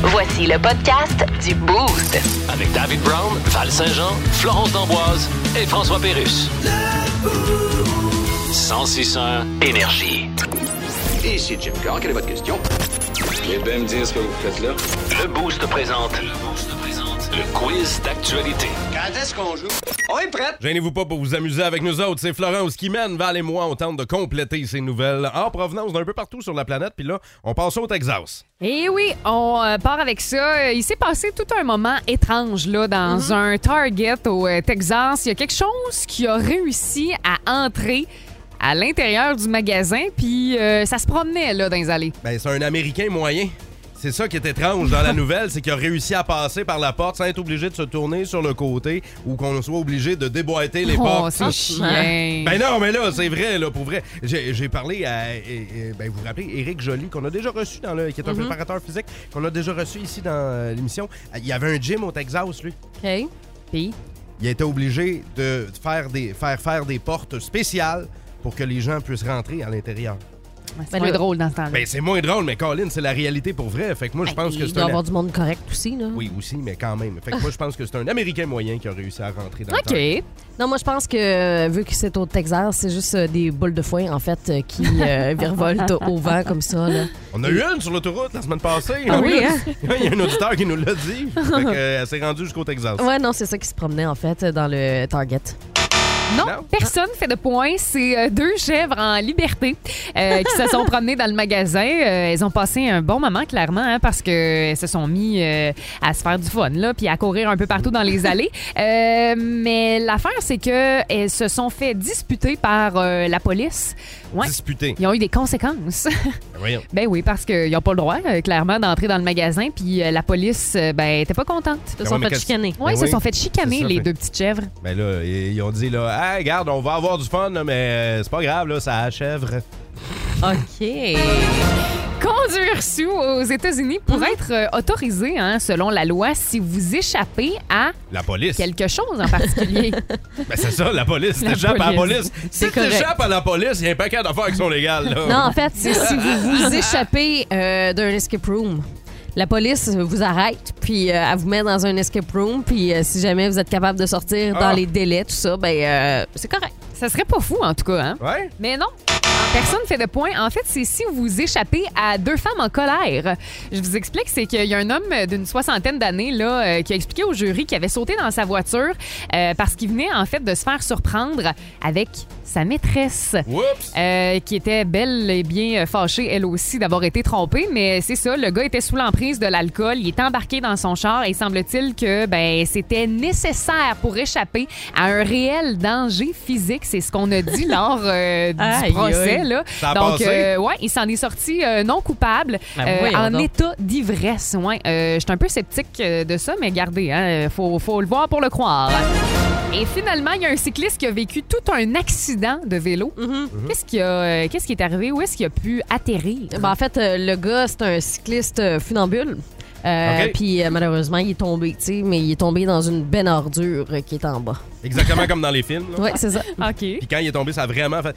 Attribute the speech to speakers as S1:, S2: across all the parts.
S1: Voici le podcast du Boost.
S2: Avec David Brown, Val Saint-Jean, Florence D'Amboise et François Pérus. 1061 Énergie.
S3: Ici Jim Carr, quelle est votre question?
S4: Eh bien me dire ce que vous faites là.
S2: Le Boost présente. Le Boost présente. Le quiz d'actualité.
S3: Quand est-ce qu'on joue? On est prêt!
S5: Gênez-vous pas pour vous amuser avec nous autres. C'est Florent Skiman, Val et moi, on tente de compléter ces nouvelles en provenance d'un peu partout sur la planète. Puis là, on passe au Texas.
S6: Et oui, on euh, part avec ça. Euh, Il s'est passé tout un moment étrange là dans un Target au euh, Texas. Il y a quelque chose qui a réussi à entrer à l'intérieur du magasin, puis euh, ça se promenait là dans les allées.
S5: Ben, c'est un Américain moyen. C'est ça qui est étrange dans la nouvelle, c'est qu'il a réussi à passer par la porte sans être obligé de se tourner sur le côté ou qu'on soit obligé de déboîter les
S6: oh,
S5: portes. Ah!
S6: c'est chien.
S5: Ben non, mais là, c'est vrai, là, pour vrai. J'ai j'ai parlé à. et- et- ben, vous vous rappelez, Éric Joly, qu'on a déjà reçu dans le. qui
S6: Mhm.
S5: est un préparateur physique, qu'on a déjà reçu ici dans euh, l'émission. Il y avait un gym au Texas, lui.
S7: OK.
S6: Puis,
S5: Il était obligé de faire des, faire, faire des portes spéciales pour que les gens puissent rentrer à l'intérieur.
S6: ben, c'est
S7: Ben
S6: moins
S7: là-
S6: drôle dans ce temps-là.
S5: Ben, c'est moins drôle, mais Colin, c'est la réalité pour vrai. Fait que moi, je
S6: Ben,
S5: pense que
S7: Il
S5: c'est
S7: doit
S5: un.
S7: avoir du monde correct aussi, là.
S5: Oui, aussi, mais quand même. Fait que moi, je pense que c'est un Américain moyen qui a réussi à rentrer dans le temps.
S6: OK.
S7: Non, moi, je pense que, euh, vu que c'est au Texas, c'est juste euh, des boules de foin, en fait, euh, qui euh, virevoltent au vent comme ça, là.
S5: On a eu une sur l'autoroute la semaine passée.
S6: Ah
S5: en
S6: oui,
S5: plus.
S6: hein?
S5: Il y a un auditeur qui nous l'a dit. Fait que, euh, elle s'est rendue jusqu'au Texas.
S7: Ouais, non, c'est ça qui se promenait, en fait, dans le Target.
S6: Non,
S5: Non.
S6: personne fait de point. C'est euh, deux chèvres en liberté euh, qui se sont promenées dans le magasin. Euh, elles ont passé un bon moment, clairement, hein, parce qu'elles se sont mis euh, à se faire du fun, là, puis à courir un peu partout dans les allées. Euh, mais l'affaire, c'est que elles se sont fait disputer par euh, la police. Ouais.
S5: Disputé.
S6: Ils ont eu des conséquences.
S5: Ben, voyons.
S6: ben oui, parce qu'ils n'ont pas le droit, euh, clairement, d'entrer dans le magasin. Puis euh, la police, euh, ben, était pas contente.
S7: Ils
S5: ouais,
S7: se sont
S5: mais
S7: fait
S5: qu'est-ce-
S7: chicaner.
S6: Ouais,
S5: Ben
S6: ils se
S5: oui,
S6: sont fait chicaner,
S5: c'est ça,
S6: les
S5: fait-
S6: deux petites chèvres.
S5: Ben là, ils ils ont dit là, hey, regarde, on va avoir du fun, là, mais euh, c'est pas grave, là, ça achève.
S7: OK.
S6: Conduire sous aux États-Unis pour être euh, autorisé, hein, selon la loi, si vous échappez à
S5: La police.
S6: quelque chose en particulier.
S5: Ben c'est ça, la police. T'échappes à la
S6: police.
S5: police. Si
S7: correct.
S5: t'échappes à la police, il y a un paquet d'affaires qui sont légales, là.
S7: Non, en fait, c'est si vous vous échappez euh, d'un escape room. La police vous arrête, puis euh, elle vous met dans un escape room, puis euh, si jamais vous êtes capable de sortir dans
S5: Ah.
S7: les délais, tout ça, ben euh, c'est correct.
S6: Ça serait pas fou, en tout cas. Hein?
S5: Ouais?
S6: Mais non, personne fait de point. En fait, c'est si vous échappez à deux femmes en colère. Je vous explique, c'est qu'il y a un homme d'une soixantaine d'années là euh, qui a expliqué au jury qu'il avait sauté dans sa voiture euh, parce qu'il venait en fait de se faire surprendre avec sa maîtresse.
S5: Oups!
S6: Euh, qui était belle et bien euh, fâchée, elle aussi, d'avoir été trompée. Mais c'est ça, le gars était sous l'emprise de l'alcool. Il est embarqué dans son char et semble-t-il que ben, c'était nécessaire pour échapper à un réel danger physique. C'est ce qu'on a dit lors euh, du
S7: Aïe,
S6: procès.
S7: aïe.
S6: Là.
S5: Ça a
S6: Donc,
S5: passé.
S6: euh, ouais, il s'en est sorti euh, non coupable,
S7: Ben
S6: euh,
S7: voyons
S6: en
S7: donc.
S6: état d'ivresse. Ouais. Euh, Je suis un peu sceptique euh, de ça, mais regardez, hein, faut, faut le voir pour le croire. Et finalement, il y a un cycliste qui a vécu tout un accident de vélo. Qu'est-ce qui, a, euh, qu'est-ce qui est arrivé? Où est-ce qu'il a pu atterrir?
S7: Ben, en fait, euh, le gars, c'est un cycliste euh, funambule. Euh,
S5: OK.
S7: Puis euh, malheureusement, il est tombé, tu sais, mais il est tombé dans une benne ordure euh, qui est en bas.
S5: Exactement comme dans les films, là.
S7: Oui, c'est ça.
S6: OK.
S5: Puis quand il est tombé, ça a vraiment fait.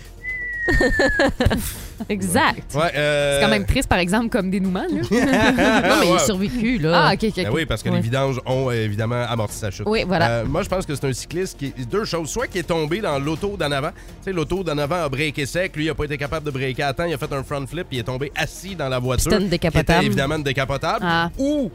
S7: exact.
S5: Ouais, euh...
S6: C'est quand même triste, par exemple, comme dénouement. Là.
S7: Non, mais il
S5: Ouais.
S7: est survécu, là.
S6: ah, OK, OK.
S5: Ben
S6: ok.
S5: oui, parce que les
S7: Ouais.
S5: vidanges ont euh, évidemment amorti sa chute.
S7: Oui, voilà.
S5: Euh, moi, je pense que c'est un cycliste qui. Deux choses. Soit qui est tombé dans l'auto d'en avant. Tu sais, l'auto d'en avant a breaké sec. Lui, il n'a pas été capable de breaker à temps. Il a fait un front flip. Il est tombé assis dans la voiture.
S7: Puis c'était une
S5: qui était
S7: décapotable.
S5: évidemment une décapotable.
S6: Ah.
S5: Ou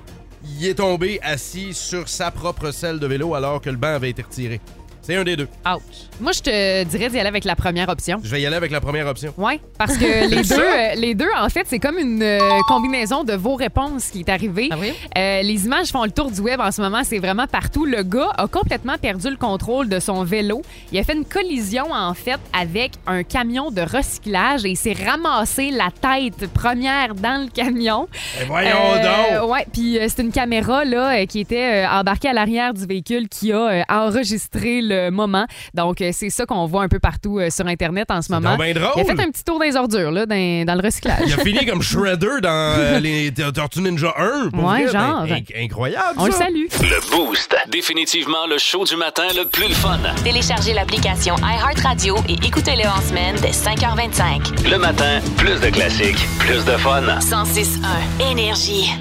S5: il est tombé assis sur sa propre selle de vélo alors que le banc avait été retiré. C'est un des deux.
S6: Ouch. Moi, je te dirais d'y aller avec la première option.
S5: Je vais y aller avec la première option.
S6: Oui, parce que les
S5: ça?
S6: deux, euh, les deux, en fait, c'est comme une euh, combinaison de vos réponses qui est arrivée.
S7: Ah oui?
S6: Euh, les images font le tour du web en ce moment, c'est vraiment partout. Le gars a complètement perdu le contrôle de son vélo. Il a fait une collision, en fait, avec un camion de recyclage et il s'est ramassé la tête première dans le camion.
S5: Et Eh, voyons
S6: Euh,
S5: donc!
S6: Ouais, puis euh, c'est une caméra là euh, qui était euh, embarquée à l'arrière du véhicule qui a euh, enregistré le moment. Donc euh, c'est ça qu'on voit un peu partout euh, sur internet en ce moment.
S5: donc ben
S6: Il a
S5: drôle.
S6: fait un petit tour des ordures là dans, dans le recyclage.
S5: Il a fini comme Shredder dans euh, les Tortues Ninja 1. pour
S6: Ouais,
S5: vrai.
S6: genre.
S5: Ben, inc- incroyable,
S6: On le
S5: ça.
S6: salue.
S2: Le Boost. Définitivement le show du matin le plus le fun.
S1: Téléchargez l'application iHeartRadio et écoutez-le en semaine dès 5h25.
S2: Le matin, plus de classiques, plus de fun.
S1: 106.1 Énergie.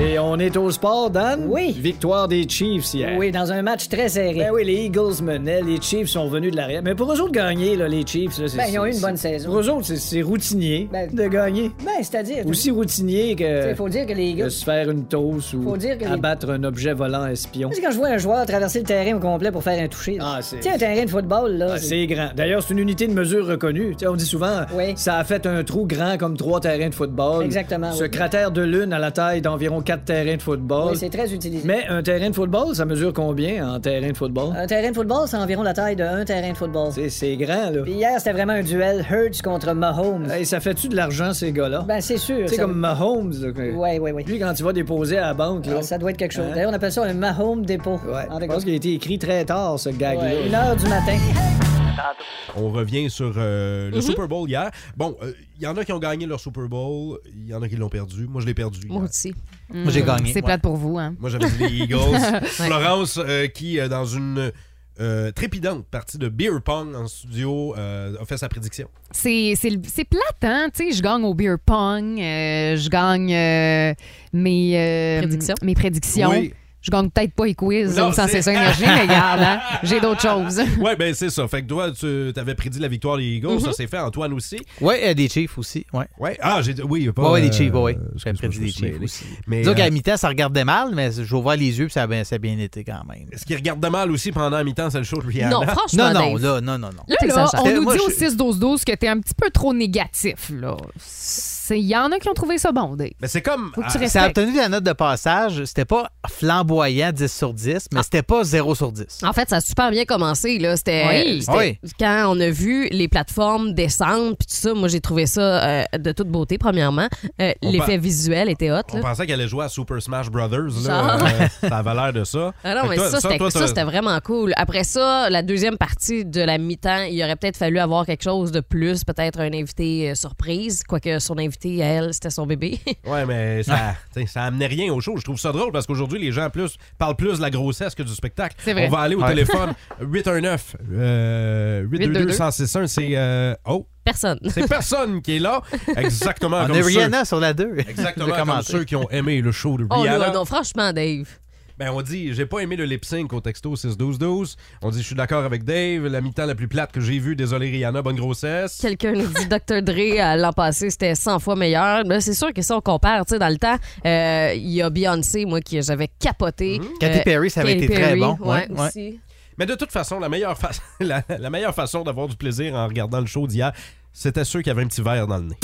S8: Et on est au sport, Dan?
S9: Oui.
S8: Victoire des Chiefs hier.
S9: Oui, dans un match très serré.
S8: Ben oui, les Eagles menaient, les Chiefs sont venus de l'arrière. Mais pour eux autres, gagner, là, les Chiefs, là, c'est.
S9: Ben, ils ont eu une
S8: c'est-
S9: bonne
S8: c'est-
S9: saison.
S8: Pour eux autres, c'est- c'est routinier
S9: Ben-
S8: de gagner.
S9: Ben, c'est-à-dire.
S8: Aussi routinier
S9: Il
S8: que
S9: faut dire que les gars.
S8: de se faire une tosse ou
S9: Faut dire que les-
S8: abattre un objet volant espion.
S9: Tu sais, quand je vois un joueur traverser le terrain au complet pour faire un toucher. là.
S8: Ah, c'est-
S9: Tu sais, un terrain de
S7: Oh,
S9: football, là.
S8: Ah,
S9: c'est-
S8: c'est grand. D'ailleurs, c'est une unité de mesure reconnue. Tu sais, on dit souvent,
S9: Oui.
S8: ça a fait un trou grand comme trois terrains de football.
S9: Exactement,
S8: Ce
S9: oui.
S8: cratère de lune a la taille d'environ quatre terrains de football.
S9: Oui, c'est très utilisé.
S8: Mais un terrain de football, ça mesure combien en terrain de football?
S9: Un terrain de football, c'est environ la taille d'un terrain de football.
S8: C'est- C'est grand, là.
S9: Puis hier, c'était vraiment un duel Hurts contre Mahomes.
S8: Hey, ça fait-tu de l'argent, ces gars-là?
S9: Ben, c'est sûr.
S8: tu sais,
S9: ça-
S8: comme Mahomes. là, que-
S9: Ouais, ouais, ouais.
S8: Lui, quand il va déposer à la banque, là.
S9: Ah, ça doit être quelque chose.
S8: Hein?
S9: D'ailleurs, on appelle ça un Mahome dépôt.
S8: Ouais.
S9: En
S8: Je
S9: Vegas.
S8: pense qu'il a été écrit très tard, ce gag-là.
S9: Ouais, Une heure du matin.
S5: On revient sur euh,
S6: Mhm.
S5: le Super Bowl hier. Bon, euh, il y en a qui ont gagné leur Super Bowl, il y en a qui l'ont perdu. Moi, je l'ai perdu. hier.
S7: Moi aussi.
S10: Moi, j'ai gagné.
S6: C'est plate pour vous, hein?
S5: Moi, j'avais dit les Eagles. Florence, euh, qui, euh, dans une euh, trépidante partie de Beer Pong en studio, euh, a fait sa prédiction.
S6: C'est c'est le- c'est plate, hein? Tu sais, je gagne au beer pong, euh, je gagne euh, mes, euh,
S7: Prédictions.
S6: mes prédictions.
S5: Oui.
S6: Je gagne peut-être pas les quiz
S5: Non,
S6: au sens
S5: c'est-
S6: c'est énergie, mais regarde, hein? j'ai d'autres choses.
S5: Ouais, ben c'est ça. Fait que toi, tu avais prédit la victoire des Eagles.
S6: Mhm.
S5: Ça s'est fait. Antoine aussi.
S10: Ouais, euh, des Chiefs aussi. Ouais.
S5: Ouais. Ah, j'ai dit. Oui, pas.
S10: Ouais, ouais, des
S5: euh,
S10: Chiefs, ouais. ouais.
S5: excuse-moi,
S10: J'avais prédit
S5: je me
S10: des
S5: suis mêlé.
S10: Chiefs aussi.
S5: Mais,
S10: Disons
S5: euh,
S10: qu'à la mi-temps, ça regardais mal, mais j'ai ouvert les yeux puis ça a bien, ça a bien été quand même.
S5: ce qui regarde de mal aussi pendant la mi-temps, c'est le show de Rihanna.
S7: Non,
S10: Non,
S7: franchement,
S10: non,
S7: Dave.
S10: là, non, non, non.
S6: Là,
S7: T'es
S6: là,
S7: sincère.
S6: on nous
S10: Eh, Moi,
S6: dit au
S10: je-
S6: 6-12-12 que t'es un petit peu trop négatif, là. C'est- Il y en a qui ont trouvé ça bon, Dave.
S5: Mais c'est comme.
S6: Faut que
S5: ah,
S6: tu restes-
S10: Ça a
S6: Respect.
S10: obtenu la note de passage. C'était pas flamboyant 10 sur 10,
S5: Ah.
S10: mais c'était pas 0 sur 10.
S7: En fait, ça a super bien commencé. Là. C'était,
S6: Oui.
S7: c'était-
S10: Oui.
S7: quand on a vu les plateformes descendre, puis tout ça, moi, j'ai trouvé ça euh, de toute beauté, premièrement. Euh,
S5: On
S7: l'effet
S5: par-
S7: visuel était hot.
S5: on
S7: Là.
S5: pensait qu'elle allait jouer à Super Smash Brothers. Là,
S7: Genre.
S5: Euh, ça avait l'air de ça.
S7: Ah non,
S5: Fait que
S7: mais
S5: toi-
S7: ça, c'était,
S5: toi,
S7: ça,
S5: t'as-
S7: c'était vraiment cool. Après ça, la deuxième partie de la mi-temps, il aurait peut-être fallu avoir quelque chose de plus, peut-être un invité euh, surprise, quoique son invité, à elle, c'était son bébé.
S5: Ouais, mais ça, t'sais, ça amenait rien au show. Je trouve ça drôle parce qu'aujourd'hui, les gens en plus parlent plus de la grossesse que du spectacle.
S6: C'est vrai.
S5: On va aller au
S10: Ouais.
S5: téléphone 819 euh, 822 1061 C'est euh, oh,
S7: Personne.
S5: c'est personne qui est là. Exactement
S10: On
S5: Ah, comme
S10: a
S5: ceux,
S10: Rihanna sur la 2.
S5: exactement comme ceux qui ont aimé le show de
S7: Oh
S5: Rihanna.
S7: là, non, franchement, Dave.
S5: ben, on dit j'ai pas aimé le lip sync au texto 61212. On dit je suis d'accord avec Dave, la mi-temps la plus plate que j'ai vue. Désolé Rihanna, bonne grossesse.
S7: Quelqu'un nous dit Dr. Dre euh, l'an passé, c'était 100 fois meilleur. Mais c'est sûr que si on compare, tu sais, dans le temps, euh, il y a Beyoncé, moi, qui j'avais capoté.
S10: Mhm. Katy
S7: Euh,
S10: Perry, ça avait
S7: Katy
S10: été très
S7: Perry,
S10: bon.
S7: Ouais,
S10: Ouais, ouais.
S7: aussi.
S5: Mais de toute façon, la meilleure, fa- la, la meilleure façon d'avoir du plaisir en regardant le show d'hier, c'était ceux qui avaient un petit verre dans le nez.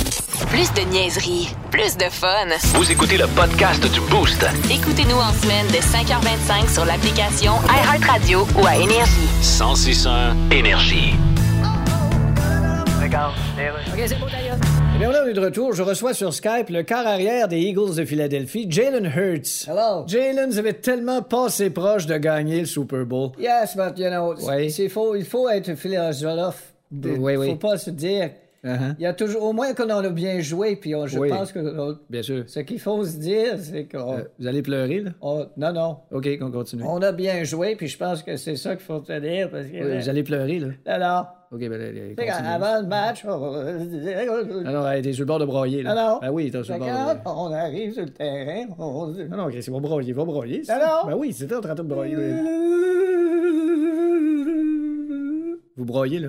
S1: Plus de niaiserie, plus de fun.
S2: Vous écoutez le podcast du Boost.
S1: Écoutez-nous en semaine de 5h25 sur l'application iHeartRadio ou à Énergie.
S2: 1061 Énergie.
S8: Eh bien, on est de retour. Je reçois sur Skype le quart arrière des Eagles de Philadelphie, Jalen Hurts.
S9: Hello.
S8: Jalen, vous avez tellement passé proche de gagner le Super Bowl.
S9: Yes, but you know, c'est-
S8: Oui.
S9: c'est faux. Il faut être philosophe. Il
S8: Oui, oui.
S9: faut pas se dire.
S8: Uh-huh.
S9: Il y a toujours, au moins qu'on en a bien joué, puis on- je
S8: Oui.
S9: pense que on-
S8: Bien sûr.
S9: ce qu'il faut se dire, c'est qu'on,
S8: Euh, vous allez pleurer, là?
S9: on- Oh, non, non,
S8: OK, on continue.
S9: on a bien joué, puis je pense que c'est ça qu'il faut tenir, parce que
S8: Euh, Vous allez pleurer, là?
S9: non, non.
S8: OK, ben, allez,
S9: Tu sais,
S8: continuez.
S9: avant le match, on,
S8: Non, non, hey, t'es sur le bord de broyer, là.
S9: oh, ah, Non, non.
S8: Ben oui, t'es sur le bord de
S9: Regarde,
S8: broyer.
S9: on arrive sur le terrain, on dit-
S8: Non, non, Chris, il va broyer, il va broyer. c'est-
S9: Non, non.
S8: Ben oui, c'était en train de broyer. là. Vous broyez, là?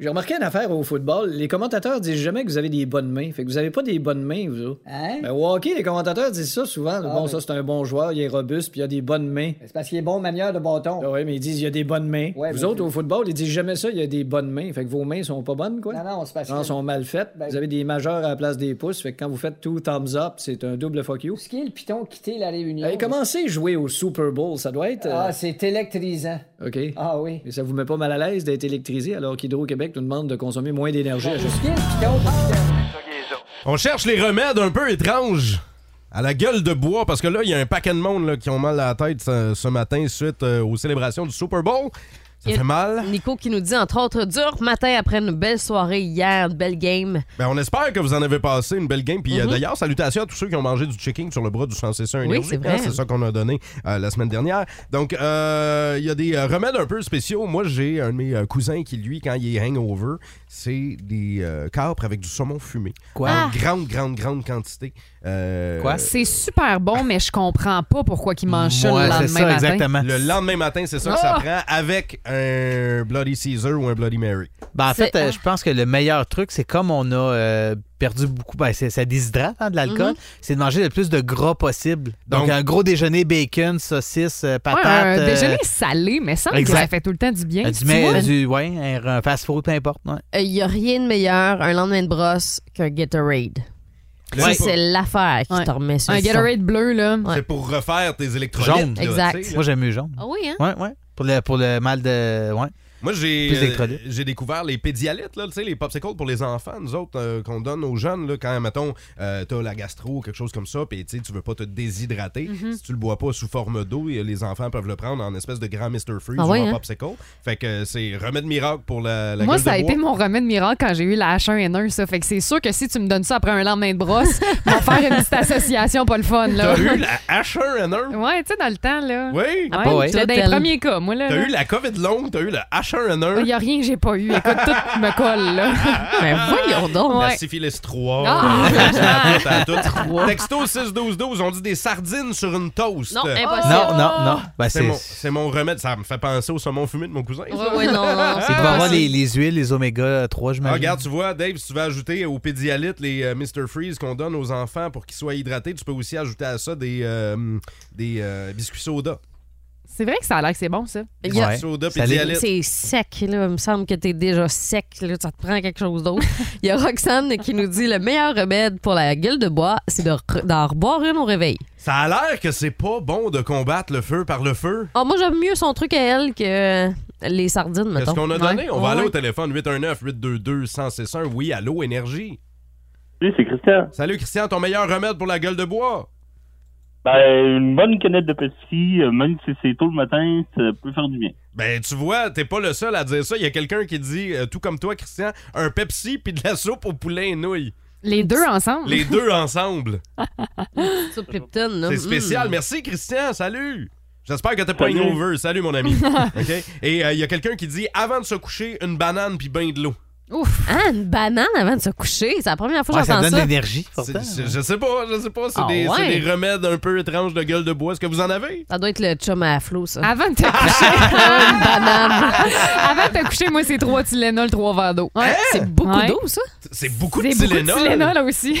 S8: J'ai remarqué une affaire au football. Les commentateurs disent jamais que vous avez des bonnes mains. Fait que vous avez pas des bonnes mains, vous autres.
S9: Hein? Ah, ben.
S8: Ben, au hockey, les commentateurs disent ça souvent. bon, ça, c'est un bon joueur, il est robuste, puis il a des bonnes mains.
S9: C'est parce qu'il est bon manière de bâton.
S8: Ah ouais, mais ils disent il y a des bonnes mains.
S9: Ouais,
S8: vous
S9: mais-
S8: autres, au football, ils disent jamais ça, il y a des bonnes mains. Fait que vos mains sont pas bonnes, quoi.
S9: Non, non, c'est parce
S8: Non,
S9: que-
S8: sont mal faites.
S9: Ben-
S8: Vous avez des majeurs à la place des pouces. Fait que quand vous faites tout thumbs up, c'est un double fuck you.
S9: Ce qui est le piton quitter la réunion.
S8: Hey, commencez à jouer au Super Bowl, ça doit être. euh,
S9: Ah, c'est électrisant.
S8: OK.
S9: Ah oui.
S8: Et ça vous met pas mal à l'aise d'être électrisé alors qu'Hydro-Québec nous demande de consommer moins d'énergie. à
S9: Tout
S8: juste-
S9: ce qui est le piton, parce que-
S5: On cherche les remèdes un peu étranges à la gueule de bois parce que là, il y a un paquet de monde là, qui ont mal à la tête ce, ce matin suite euh, aux célébrations du Super Bowl. Ça Ça fait mal.
S7: Nico qui nous dit, entre autres, dur matin après une belle soirée hier, une belle game.
S5: Ben, on espère que vous en avez passé une belle game. Puis euh, d'ailleurs, salutations à tous ceux qui ont mangé du chicken sur le bras du 161
S7: Mhm. Oui,
S5: énergie,
S7: c'est vrai.
S5: hein, c'est ça qu'on a donné euh, la semaine dernière. Donc, euh, il y a des euh, remèdes un peu spéciaux. Moi, j'ai un de mes euh, cousins qui, lui, quand il est hangover, c'est des euh, capres avec du saumon fumé.
S10: Quoi?
S7: Ah!
S5: En grande, grande, grande quantité. Euh,
S10: Quoi?
S6: Ah, C'est super bon, mais je comprends pas pourquoi qu'ils mangent ça le
S10: Ouais,
S6: lendemain
S10: c'est ça,
S6: matin.
S10: exactement.
S5: Le lendemain matin, c'est ça que
S7: Ah!
S5: ça prend avec un Bloody Caesar ou un Bloody Mary.
S10: Ben, en fait,
S7: C'est-
S10: euh, je pense que le meilleur truc, c'est comme on a euh, perdu beaucoup, ben, c'est- ça déshydrate hein, de l'alcool, c'est de manger le plus de gras possible. Donc,
S5: Donc-
S10: un gros déjeuner, bacon, saucisse, euh,
S6: Ouais,
S10: patate.
S6: un
S10: euh,
S6: déjeuner salé, mais semble que
S10: exact.
S6: ça fait tout le temps du bien.
S10: euh, du,
S6: Tu
S10: mais-
S6: vois?
S10: du- ouais, un, un fast-food, peu importe. ouais.
S7: Il n'y Euh, a rien de meilleur un lendemain de brosse qu'un Gatorade.
S5: Là,
S7: Ça,
S5: c'est
S7: c'est l'affaire qui
S6: Ouais.
S7: te remet sur
S6: Un
S7: le son.
S6: Gatorade bleu, là.
S5: pour- C'est pour refaire tes électrolytes.
S10: Jaune.
S5: là,
S7: Exact.
S5: tu sais, là.
S10: Moi, j'aime mieux jaune.
S7: Ah oui, hein?
S6: Oh.
S10: Ouais, ouais. Pour le, pour le mal de. Ouais.
S5: Moi, j'ai,
S10: Plus
S5: euh,
S10: d'électrolytes.
S5: j'ai découvert les pédialytes, là, tu sais, les popsicles pour les enfants, nous autres, euh, qu'on donne aux jeunes, là, quand, mettons, euh, t'as la gastro ou quelque chose comme ça, puis tu sais, tu veux pas te déshydrater. Si tu le bois pas sous forme d'eau, et les enfants peuvent le prendre en espèce de grand Mr. Freeze
S7: Ah
S5: ou
S7: ouais,
S5: en
S7: hein?
S5: popsicle. Fait que c'est remède miracle pour la, la
S6: Moi,
S5: gueule
S6: ça a
S5: de bois.
S6: été mon remède miracle quand j'ai eu la H1N1, ça. Fait que c'est sûr que si tu me donnes ça après un lendemain de brosse, on va faire une petite association pas le fun,
S5: T'as
S6: là.
S5: eu la H1N1?
S6: Ouais, hein? tu sais, dans le temps, là.
S5: Oui!
S10: Ah, pas ouais.
S6: C'était dans les
S7: Total.
S6: premiers cas, moi, là.
S5: T'as
S6: là.
S5: eu la COVID longue, t'as eu le H1N1,
S6: Il n'y a rien que j'ai pas eu. Écoute, tout me colle, là.
S7: Ben voyons donc.
S5: la
S6: Ouais.
S5: syphilis 3.
S6: Ah!
S5: euh, t'as tout, t'as tout. Texto 6-12-12, on dit des sardines sur une toast.
S7: Non, impossible.
S10: Non, non, non. Ben,
S5: C'est
S10: c'est.
S5: mon, c'est mon remède. Ça me fait penser au saumon fumé de mon cousin. ça.
S7: Ouais, ouais, non, non, non.
S10: C'est pour avoir les, les huiles, les oméga 3, je
S5: Ah, regarde, tu vois, Dave, si tu veux ajouter au pédialyte les euh, Mr. Freeze qu'on donne aux enfants pour qu'ils soient hydratés, tu peux aussi ajouter à ça des, euh, des euh, biscuits soda.
S6: C'est vrai que ça a l'air que c'est bon, ça.
S7: Il y a-
S5: Biscuits soda,
S10: Salé.
S5: pédialyte.
S7: C'est sec, là. Il me semble que t'es déjà sec, là. Ça te prend quelque chose d'autre. Il y a Roxane qui nous dit le meilleur remède pour la gueule de bois, c'est de re- d'en reboire une au réveil.
S5: Ça a l'air que c'est pas bon de combattre le feu par le feu.
S7: Ah, moi, j'aime mieux son truc à elle que les sardines,
S5: Qu'est-ce
S7: mettons.
S5: qu'on a donné? On va
S7: Ouais.
S5: aller au téléphone 819-822-1061. Oui, allô, énergie.
S11: Salut, c'est Christian.
S5: Salut, Christian, ton meilleur remède pour la gueule de bois?
S11: Ben, une bonne canette de Pepsi, euh, même si c'est tôt le matin, ça peut faire du bien.
S5: Ben, tu vois, t'es pas le seul à dire ça. Il y a quelqu'un qui dit, euh, tout comme toi, Christian, un Pepsi puis de la soupe au poulet et nouilles.
S6: Les deux ensemble.
S5: Les deux ensemble.
S7: Soupe Lipton, là.
S5: C'est
S7: Mm.
S5: spécial. Merci, Christian. Salut. J'espère que t'es pas
S11: Salut.
S5: un over. Salut, mon ami. OK? Et euh, il y a quelqu'un qui dit avant de se coucher, une banane puis bain de l'eau.
S6: Ouf.
S7: Ah, une banane avant de se coucher. C'est la première fois que
S10: Ouais, ça
S7: j'entends
S10: donne de
S7: ça.
S10: l'énergie.
S5: C'est-
S10: pourtant. hein.
S5: c'est- Je sais pas, je sais pas. C'est
S7: Ah
S5: des, c'est
S7: ouais.
S5: des remèdes un peu étranges de gueule de bois. Est-ce que vous en avez?
S7: Ça doit être le chum à flot, ça.
S6: Avant de te coucher.
S7: une banane.
S6: Avant de te coucher, moi, c'est trois Tylenol, trois verres d'eau. Ouais.
S7: C'est beaucoup
S6: Ah. Ouais.
S7: d'eau, ça.
S5: C'est Hein? beaucoup de
S6: C'est beaucoup de
S5: Tylenol.
S6: Tylenol aussi.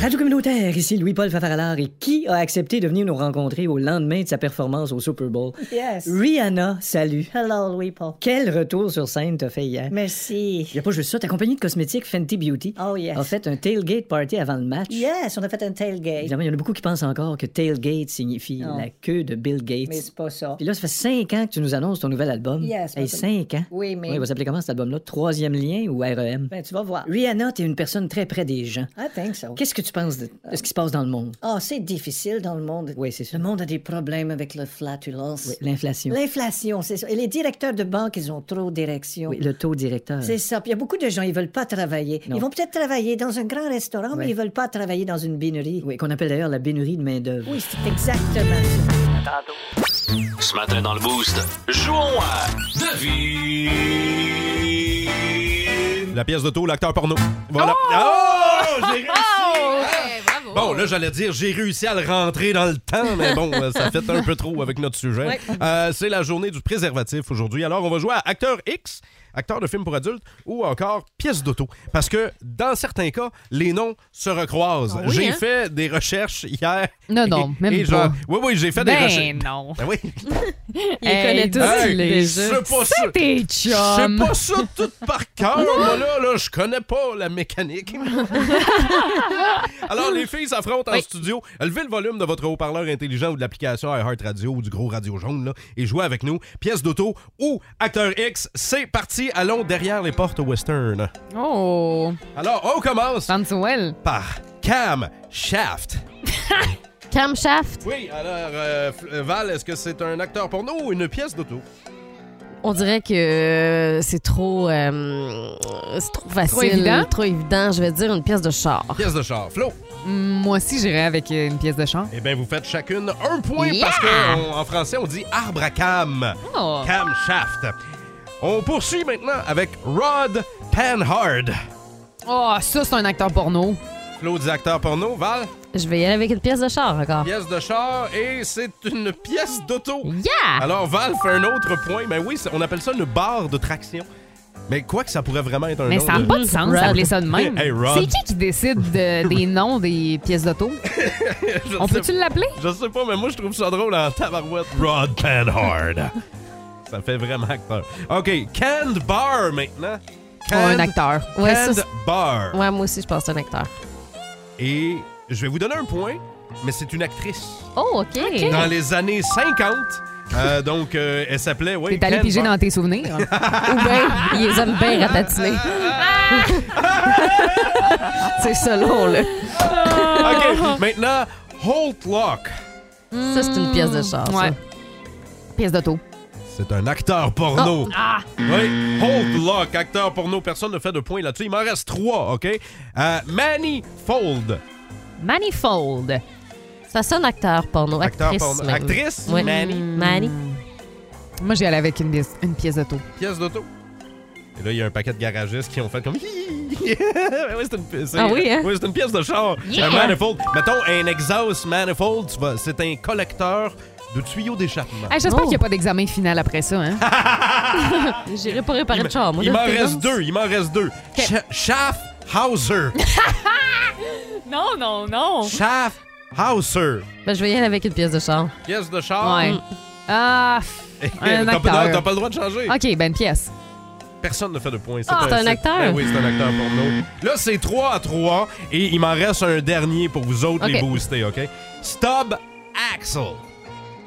S9: Radio communautaire, ici Louis-Paul Favaralard. Et qui a accepté de venir nous rencontrer au lendemain de sa performance au Super Bowl? Yes. Rihanna, salut. Hello, Louis-Paul. Quel retour sur scène t'as fait hier? Merci. Y a pas juste ça. Ta compagnie de cosmétiques Fenty Beauty oh, yes. a fait un tailgate party avant le match. Yes, on a fait un tailgate. Évidemment, il y en a beaucoup qui pensent encore que tailgate signifie la queue de Bill Gates. Mais c'est pas ça. Puis là, ça fait cinq ans que tu nous annonces ton nouvel album. Yes. Hey, cinq ans? Oui, mais... il va s'appeler comment cet album-là? Troisième lien ou REM? Ben, tu vas voir. Rihanna, t'es une personne très près des gens. I think so. Qu'est-ce que tu penses de, de ce qui se passe dans le monde? Ah, c'est difficile dans le monde. Oui, c'est ça. Le monde a des problèmes avec le flatulence. l'inflation. L'inflation, c'est ça. Et les directeurs de banque, ils ont trop d'érections. Oui, le taux directeur. C'est ça. Puis il y a beaucoup de gens, ils veulent pas travailler. Ils vont peut-être travailler dans un grand restaurant, mais ils veulent pas travailler dans une binerie. Oui, qu'on appelle d'ailleurs la binerie de main-d'œuvre. Oui, c'est exactement ça.
S2: Ce matin dans le Boost, jouons à Devine.
S5: La pièce d'auto, l'acteur porno. Voilà. Oh! J'ai réussi! Ah! Bon, là, j'allais dire, j'ai réussi à le rentrer dans le temps, mais bon, euh, ça fait un peu trop avec notre sujet. Euh, c'est la journée du préservatif aujourd'hui. Alors, on va jouer à Acteur X. acteur de film pour adultes ou encore pièce d'auto. Parce que dans certains cas, les noms se recroisent.
S6: oui,
S5: j'ai
S6: hein?
S5: fait des recherches hier.
S6: Non, non, même
S5: et genre-
S6: pas.
S5: Oui, oui, j'ai fait des
S6: Ben
S5: recherches.
S6: non.
S5: Ben oui.
S6: Il connaît tous les jeux.
S5: C'est pas ça.
S6: C'est tes chums.
S5: C'est pas ça tout par cœur. moi, là, là, je connais pas la mécanique. Alors, les filles s'affrontent en studio. Levez le volume de votre haut-parleur intelligent ou de l'application iHeartRadio ou du gros Radio Jaune là, et jouez avec nous. Pièce d'auto ou acteur X, c'est parti. Allons derrière les portes western.
S6: Oh.
S5: Alors, on commence
S6: Ah.
S5: par Cam Shaft.
S7: Camshaft,
S5: Oui, alors, euh, F- euh, Val, est-ce que c'est un acteur pour nous ou une pièce d'auto?
S7: on dirait que euh, c'est trop, euh, c'est trop facile,
S6: évident?
S7: trop évident. Je vais dire une pièce de char.
S5: Pièce de char. Flo.
S6: Moi aussi, j'irais avec une pièce de chant.
S5: Eh bien, vous faites chacune un point
S6: Yeah!
S5: parce qu'en français, on dit arbre à cam.
S6: Oh.
S5: Cam shaft. On poursuit maintenant avec Rod Panhard.
S6: Oh, ça, c'est un acteur porno.
S5: Flo dit acteur porno. Val,
S7: Je vais y aller avec une pièce de char encore.
S5: pièce de char et c'est une pièce d'auto.
S7: Yeah!
S5: Alors, Val fait un autre point. Mais oui, c'est- on appelle ça une barre de traction. Mais quoi que ça pourrait vraiment être un
S6: Mais
S5: nom
S6: ça n'a
S5: de-
S6: pas de sens d'appeler ça de même.
S5: Hey, Rod.
S6: C'est qui qui décide de- des noms des pièces d'auto?
S5: Je
S6: On
S5: sais
S6: peut-tu l'appeler?
S5: Je sais pas, mais moi, je trouve ça drôle en tabarouette. Rod Panhard. ça fait vraiment acteur. OK, Canned Bar maintenant.
S7: Ouais, un
S5: Canned-
S7: acteur. Ouais, ça,
S5: Canned
S7: c'est-
S5: Bar.
S7: Ouais, moi aussi, je pense que c'est un acteur.
S5: Et je vais vous donner un point, mais c'est une actrice.
S7: Oh, OK.
S5: Dans les années 50. euh, donc, euh, elle s'appelait. Oui,
S6: T'es allé
S5: Canned
S6: piger
S5: Bar.
S6: dans tes souvenirs.
S7: Ou bien, ils les aiment bien ratatiner. c'est selon, là.
S5: OK, maintenant, Holt Lock.
S7: Ça, c'est une pièce de char. ça.
S6: Ouais. Pièce d'auto.
S5: C'est un acteur porno.
S7: Oh. Ah.
S5: Oui, Holt Lock, acteur porno. Personne ne fait de point là-dessus. Il m'en reste trois, OK? Euh, Manny Fold.
S6: Manifold.
S7: Ça sonne acteur porno.
S5: Acteur
S7: actrice
S5: porno.
S7: même.
S5: Actrice?
S7: Ouais.
S5: Manny.
S7: Manny.
S6: Moi, j'y allais avec une pièce, une pièce d'auto.
S5: Pièce d'auto. Et là, il y a un paquet de garagistes qui ont fait comme. Ben oui, c'est une, pi- c'est-
S7: Ah oui, hein?
S5: oui, c'est une pièce de char.
S6: Yeah!
S5: Un manifold. Mettons un exhaust manifold, tu vas- c'est un collecteur de tuyaux d'échappement.
S6: Hey, Ah, J'espère
S7: Oh.
S6: qu'il n'y a pas d'examen final après ça. Hein?
S7: J'irai pas réparer de char, moi.
S5: il
S7: là,
S5: m'en
S7: t'es
S5: reste
S7: dans-
S5: deux, il m'en reste deux. Scha- Schaffhauser.
S6: non, non, non.
S5: Schaffhauser.
S7: Ben, je vais y aller avec une pièce de char.
S5: Pièce de char.
S6: Ouais. Ah,
S5: Eh,
S6: pff,
S5: Hum. T'as
S6: un
S5: pas, non, t'as
S6: acteur.
S5: pas le droit de changer.
S6: OK, ben une pièce.
S5: Personne ne fait de points.
S7: Ah, c'est un acteur?
S5: Ben oui, c'est un acteur pour nous. Là, c'est 3 à 3 et il m'en reste un dernier pour vous autres les
S7: Ok.
S5: booster, OK? Stub Axel.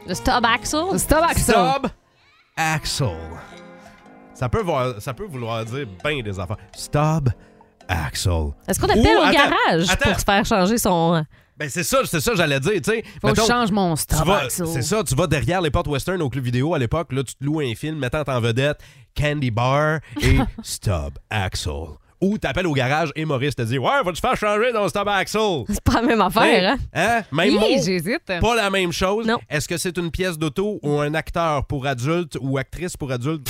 S7: Le stop axle?
S6: Stop Axel.
S5: Stub Axel. Ça peut, voir- ça peut vouloir dire bien des affaires. Stub Axel.
S7: Est-ce qu'on appelle
S5: Ouh,
S7: au
S5: attends,
S7: garage
S5: attends.
S7: pour se faire changer son.
S5: Ben c'est ça, c'est ça que j'allais dire, tu sais.
S6: Faut que
S5: Mettons,
S6: je change mon
S5: tu
S6: stop
S5: vas-
S6: Axel.
S5: C'est ça, tu vas derrière les portes western au club vidéo à l'époque, là tu te loues un film mettant en vedette Candy Bar et Stub Axel. Ou t'appelles au garage et Maurice te dit Ouais, va te faire changer dans Stub Axel.
S7: C'est pas la même affaire, hein?
S5: Hein? Même
S6: Hi,
S5: mot,
S6: J'hésite.
S5: pas la même chose.
S7: Non.
S5: Est-ce que c'est une pièce d'auto ou un acteur pour adulte ou actrice pour adulte?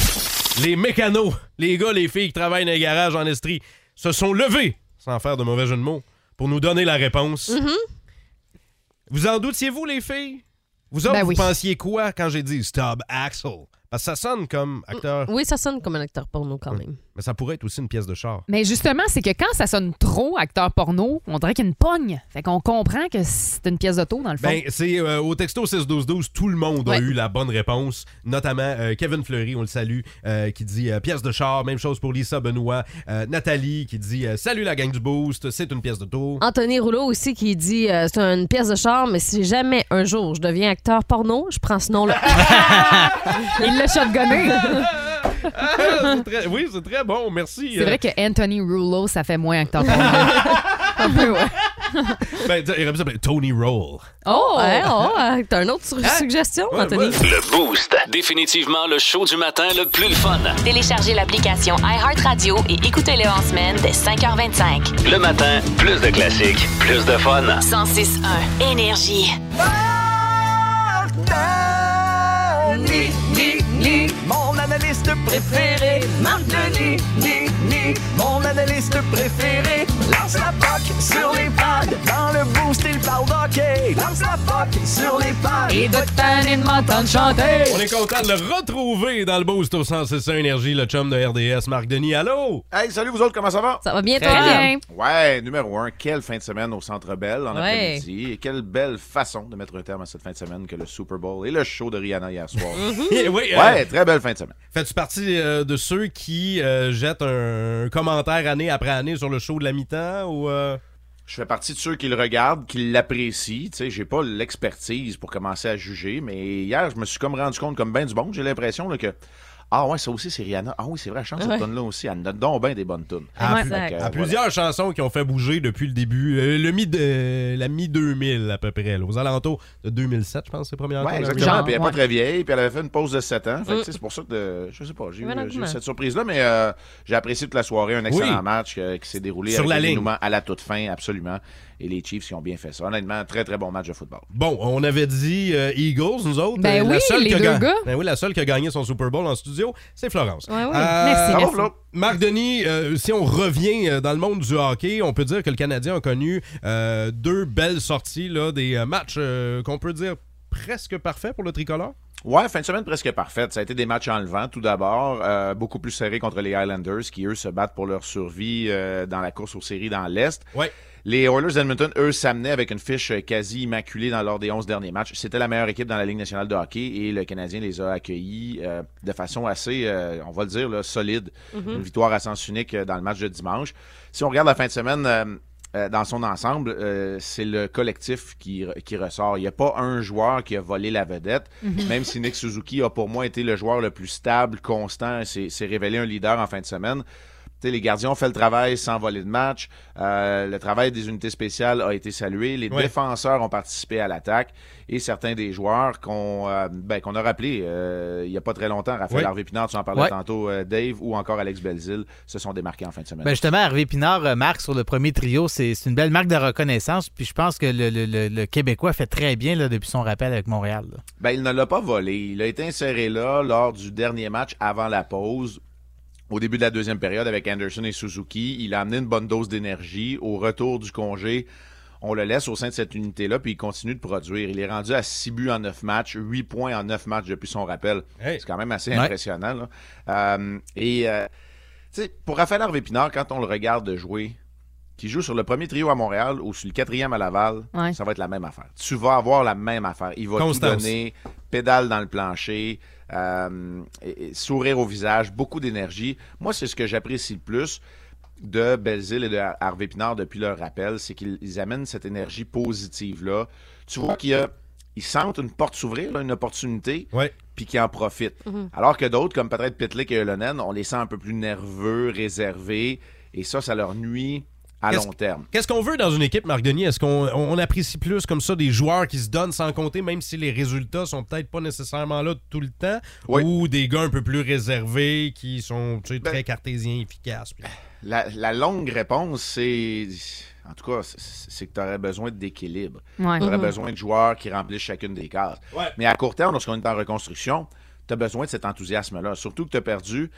S5: Les mécanos, les gars, les filles qui travaillent dans les garages en Estrie, se sont levés, sans faire de mauvais jeu de mots, pour nous donner la réponse.
S6: Mm-hmm.
S5: Vous en doutiez-vous, les filles? Vous autres,
S6: Ben
S5: vous
S6: oui.
S5: pensiez quoi quand j'ai dit Stub Axel? Parce que ça sonne comme
S6: Mm.
S5: acteur,
S7: Oui, ça sonne comme un acteur porno quand même.
S5: mais ça pourrait être aussi une pièce de char.
S6: Mais justement, c'est que quand ça sonne trop acteur porno, on dirait qu'il y a une pogne. Fait qu'on comprend que c'est une pièce d'auto, dans le fond.
S5: Ben, c'est euh, au texto 6-12-12, tout le monde a
S7: Ouais.
S5: eu la bonne réponse, notamment euh, Kevin Fleury, on le salue, euh, qui dit euh, pièce de char, même chose pour Lisa Benoît, euh, Nathalie qui dit euh, salut la gang du boost, c'est une pièce de tour.
S7: Anthony Rouleau aussi qui dit euh, c'est une pièce de char, mais si jamais un jour je deviens acteur porno, je prends ce nom-là.
S6: Il l'a shotgunné.
S5: Ah, c'est très- oui, c'est très bon, merci.
S6: c'est vrai
S5: Euh,
S6: que Anthony Rouleau, ça fait moins acteur porno. Un peu, ouais.
S5: ben, dis- il aurait pu s'appeler Tony Roll.
S7: oh, ouais, oh, euh, t'as une autre su- suggestion,
S5: Ouais,
S7: Anthony?
S5: ouais.
S2: Le Boost. Définitivement le show du matin le plus le fun.
S1: Téléchargez l'application iHeartRadio et écoutez-le en semaine dès 5h25.
S2: Le matin, plus de classiques, plus de fun.
S1: 106.1 Énergie.
S12: Mon analyste préféré, Marc Denis, ni, ni. Mon analyste préféré, lance la POC sur les pads. Dans le boost, il parle d'hockey. Lance la POC sur les pads.
S6: Et de tanner de m'entendre chanter.
S5: On est content de le retrouver dans le boost au 161 Énergie, le chum de RDS, Marc Denis. Allô?
S13: Hey, salut vous autres, comment ça va?
S7: Ça va bien,
S13: Très
S7: toi?
S13: bien. Ouais, numéro un, quelle fin de semaine au Centre Bell en
S7: Ouais.
S13: après-midi. Et quelle belle façon de mettre un terme à cette fin de semaine que le Super Bowl et le show de Rihanna hier soir.
S5: Eh oui, euh,
S13: ouais, très belle fin de semaine.
S5: Fais-tu partie euh, de ceux qui euh, jettent un commentaire année après année sur le show de la mi-temps ou. euh,
S13: Je fais partie de ceux qui le regardent, qui l'apprécient. Tu sais, j'ai pas l'expertise pour commencer à juger, mais hier, je me suis comme rendu compte, comme ben du bon, j'ai l'impression là, que. Ah ouais, ça aussi, c'est Rihanna. Ah oui, c'est vrai, elle chante
S5: Ouais.
S13: cette tonne-là aussi. Elle donne donc bien des bonnes tunes.
S7: Ah,
S5: À, plus-
S13: Fait que, euh,
S5: à plusieurs chansons qui ont fait bouger depuis le début, euh, le mi de, la mi-2000 à peu près, là, aux alentours de 2007, je pense, c'est premières
S13: Ouais,
S5: première
S13: exactement. puis elle n'est pas très vieille, puis elle avait fait une pause de 7 ans. Fait que,
S5: Mm.
S13: tu sais, C'est pour ça que euh, je sais pas, j'ai eu,
S5: Voilà
S13: euh, j'ai eu
S5: comment.
S13: cette surprise-là, mais euh, j'ai apprécié toute la soirée, un excellent
S5: Oui.
S13: match euh, qui s'est déroulé
S5: Sur
S13: avec
S5: la
S13: un
S5: ligne.
S13: dénouement à la toute fin, absolument. Et les Chiefs qui ont bien fait ça. Honnêtement, très très bon match de football.
S5: Bon, on avait dit euh, Eagles, nous autres.
S13: Ben
S5: Euh, la
S13: oui,
S5: seule
S13: les
S5: qui a
S13: deux
S5: ga-
S13: gars.
S5: Ben oui, la seule qui a gagné son Super Bowl en studio, c'est Florence. Euh,
S13: Ouais, ouais. Merci, Bravo, merci. Flo.
S5: Marc Denis, euh, si on revient euh, dans le monde du hockey, on peut dire que le Canadien a connu euh, deux belles sorties, là, des euh, matchs euh, qu'on peut dire presque parfaits pour le tricolore.
S13: Ouais, fin de semaine presque parfaite. Ça a été des matchs en levant, tout d'abord. euh, beaucoup plus serré contre les Highlanders, qui, eux, se battent pour leur survie euh, dans la course aux séries dans l'Est. Les Oilers d'Edmonton, eux, s'amenaient avec une fiche euh, quasi immaculée dans lors des 11 derniers matchs. C'était la meilleure équipe dans la Ligue nationale de hockey et le Canadien les a accueillis euh, de façon assez, euh, on va le dire, là, solide.
S14: Mhm.
S13: Une victoire à sens unique euh, dans le match de dimanche. Si on regarde la fin de semaine... euh, euh, dans son ensemble, euh, c'est le collectif qui, re- qui ressort. Il n'y a pas un joueur qui a volé la vedette,
S14: Mhm.
S13: même si Nick Suzuki a pour moi été le joueur le plus stable, constant, et s'est s'est révélé un leader en fin de semaine. Tu sais, les gardiens ont fait le travail sans voler de match. Euh, le travail des unités spéciales a été salué. Les
S5: Ouais.
S13: défenseurs ont participé à l'attaque. Et certains des joueurs qu'on euh, ben, qu'on a rappelés euh, il n'y a pas très longtemps, Raphaël
S10: Ouais.
S13: Harvey-Pinard, tu en parlais
S10: Ouais.
S13: tantôt, euh, Dave, ou encore Alex Belzil, se sont démarqués en fin de semaine.
S10: Ben justement, Hervé Pinard euh, marque sur le premier trio. C'est c'est une belle marque de reconnaissance. Puis je pense que le, le- le- le Québécois fait très bien là, depuis son rappel avec Montréal. là.
S13: Ben, il ne l'a pas volé. Il a été inséré là lors du dernier match avant la pause. Au début de la deuxième période avec Anderson et Suzuki, il a amené une bonne dose d'énergie. Au retour du congé, on le laisse au sein de cette unité-là, puis il continue de produire. Il est rendu à 6 buts en 9 matchs, 8 points en 9 matchs depuis son rappel. C'est quand même assez
S14: Ouais.
S13: impressionnant. là. Euh, et euh, tu sais, pour Raphaël Harvey Pinard, quand on le regarde de jouer, qui joue sur le premier trio à Montréal ou sur le quatrième à Laval,
S14: Ouais.
S13: ça va être la même affaire. Tu vas avoir la même affaire. Il va tout
S5: Constance.
S13: donner, pédale dans le plancher, euh, et- et sourire au visage, beaucoup d'énergie. Moi, c'est ce que j'apprécie le plus de Belzile et de Har- Harvey Pinard depuis leur rappel, c'est qu'ils ils amènent cette énergie positive-là. Tu vois qu'il y a- Ils sentent une porte s'ouvrir, là, une opportunité, puis qu'ils en profitent.
S14: Mhm.
S13: Alors que d'autres, comme peut-être Pitlick et Elonen, on les sent un peu plus nerveux, réservés, et ça, ça leur nuit à
S5: Qu'est-ce-
S13: long terme.
S5: Qu'est-ce qu'on veut dans une équipe, Marc Denis? Est-ce qu'on on- on apprécie plus comme ça des joueurs qui se donnent sans compter, même si les résultats sont peut-être pas nécessairement là tout le temps, ou des gars un peu plus réservés qui sont tu sais, très cartésiens, efficaces? puis-
S13: La, la longue réponse, c'est. En tout cas, c'est- c'est que tu aurais besoin d'équilibre.
S14: Ouais.
S13: Tu aurais
S14: Mhm.
S13: besoin de joueurs qui remplissent chacune des cases.
S14: Ouais.
S13: Mais à court terme, lorsqu'on est en reconstruction, tu as besoin de cet enthousiasme-là. Surtout que tu as perdu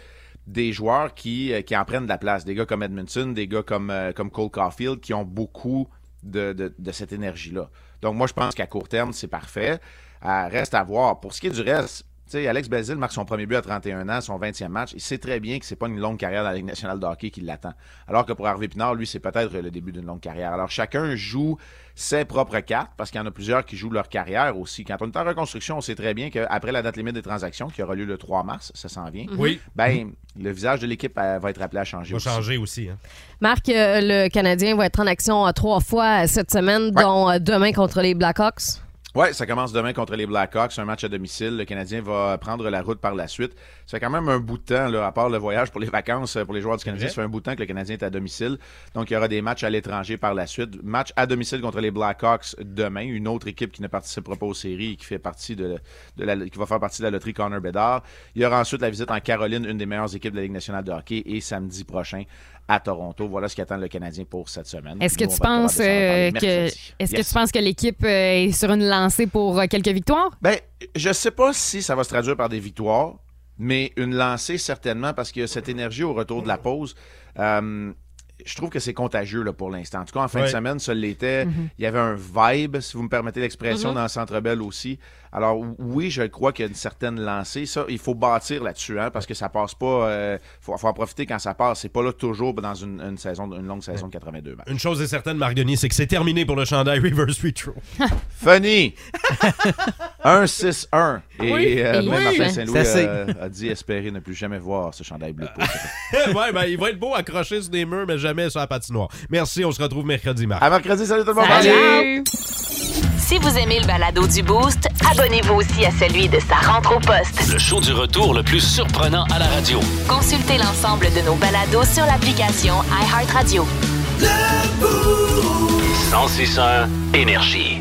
S13: des joueurs qui, euh, qui en prennent de la place. Des gars comme Edmondson, des gars comme, euh, comme Cole Caulfield qui ont beaucoup de, de- de cette énergie-là. Donc, moi, je pense qu'à court terme, c'est parfait. Euh, reste à voir. Pour ce qui est du reste, tu sais, Alex Belzil marque son premier but à 31 ans, son 20e match. Il sait très bien que c'est pas une longue carrière dans la Ligue nationale de hockey qui l'attend. Alors que pour Harvey Pinard, lui, c'est peut-être le début d'une longue carrière. Alors chacun joue ses propres cartes parce qu'il y en a plusieurs qui jouent leur carrière aussi. Quand on est en reconstruction, on sait très bien qu'après la date limite des transactions qui aura lieu le 3 mars, ça s'en vient.
S5: Oui.
S13: Ben, le visage de l'équipe euh, va être appelé à changer.
S5: Va
S13: aussi.
S5: changer aussi. hein.
S7: Marc, euh, le Canadien va être en action euh, trois fois euh, cette semaine, dont euh, demain contre les Blackhawks.
S13: Ouais, ça commence demain contre les Blackhawks, un match à domicile. Le Canadien va prendre la route par la suite. Ça fait quand même un bout de temps, là, à part le voyage pour les vacances euh, pour les joueurs du Canadien.
S14: vrai.
S13: Ça fait un bout de temps que le Canadien est à domicile. Donc, il y aura des matchs à l'étranger par la suite. Match à domicile contre les Blackhawks demain. Une autre équipe qui ne participera pas aux séries et qui, fait partie de, de la, qui va faire partie de la loterie Connor Bedard. Il y aura ensuite la visite en Caroline, une des meilleures équipes de la Ligue nationale de hockey, et samedi prochain à Toronto. Voilà ce qu'attend le Canadien pour cette semaine.
S6: Est-ce que
S13: Nous, on
S6: tu
S13: va être
S6: penses
S13: capable de s'en
S6: euh,
S13: reparler
S6: que
S13: mercredi.
S6: est-ce que
S13: Yes.
S6: tu penses que l'équipe euh, est sur une lancée pour euh, quelques victoires?
S13: Ben, je sais pas si ça va se traduire par des victoires, mais une lancée certainement parce qu'il y a cette énergie au retour de la pause. Euh, je trouve que c'est contagieux là, pour l'instant. En tout cas, en fin
S14: Ouais.
S13: de semaine, ça l'était.
S14: Mhm.
S13: Il y avait un vibe, si vous me permettez l'expression,
S14: Mhm.
S13: dans le Centre Bell aussi. Alors oui, je crois qu'il y a une certaine lancée. Ça, il faut bâtir là-dessus, hein, parce que ça passe pas. euh, faut, faut en profiter quand ça passe. C'est pas là toujours dans une, une saison, une longue saison de ben. 82 matchs.
S5: Une chose est certaine, Marc Denis, c'est que c'est terminé pour le chandail Reverse Retro.
S13: Funny! 1-6-1. Et
S5: Oui.
S13: euh,
S5: Et
S13: même
S5: oui.
S13: Martin Saint-Louis
S5: C'est assez.
S13: euh, a dit espérer ne plus jamais voir ce chandail bleu. de peau.
S5: ouais, ben, il va être beau accroché sur des murs, mais jamais sur la patinoire. Merci, on se retrouve mercredi, Marc.
S13: À mercredi, salut tout le monde.
S1: Si vous aimez le balado du Boost, abonnez-vous aussi à celui de sa rentre au poste.
S2: Le show du retour le plus surprenant à la radio.
S1: Consultez l'ensemble de nos balados sur l'application iHeartRadio.
S2: 106 énergie.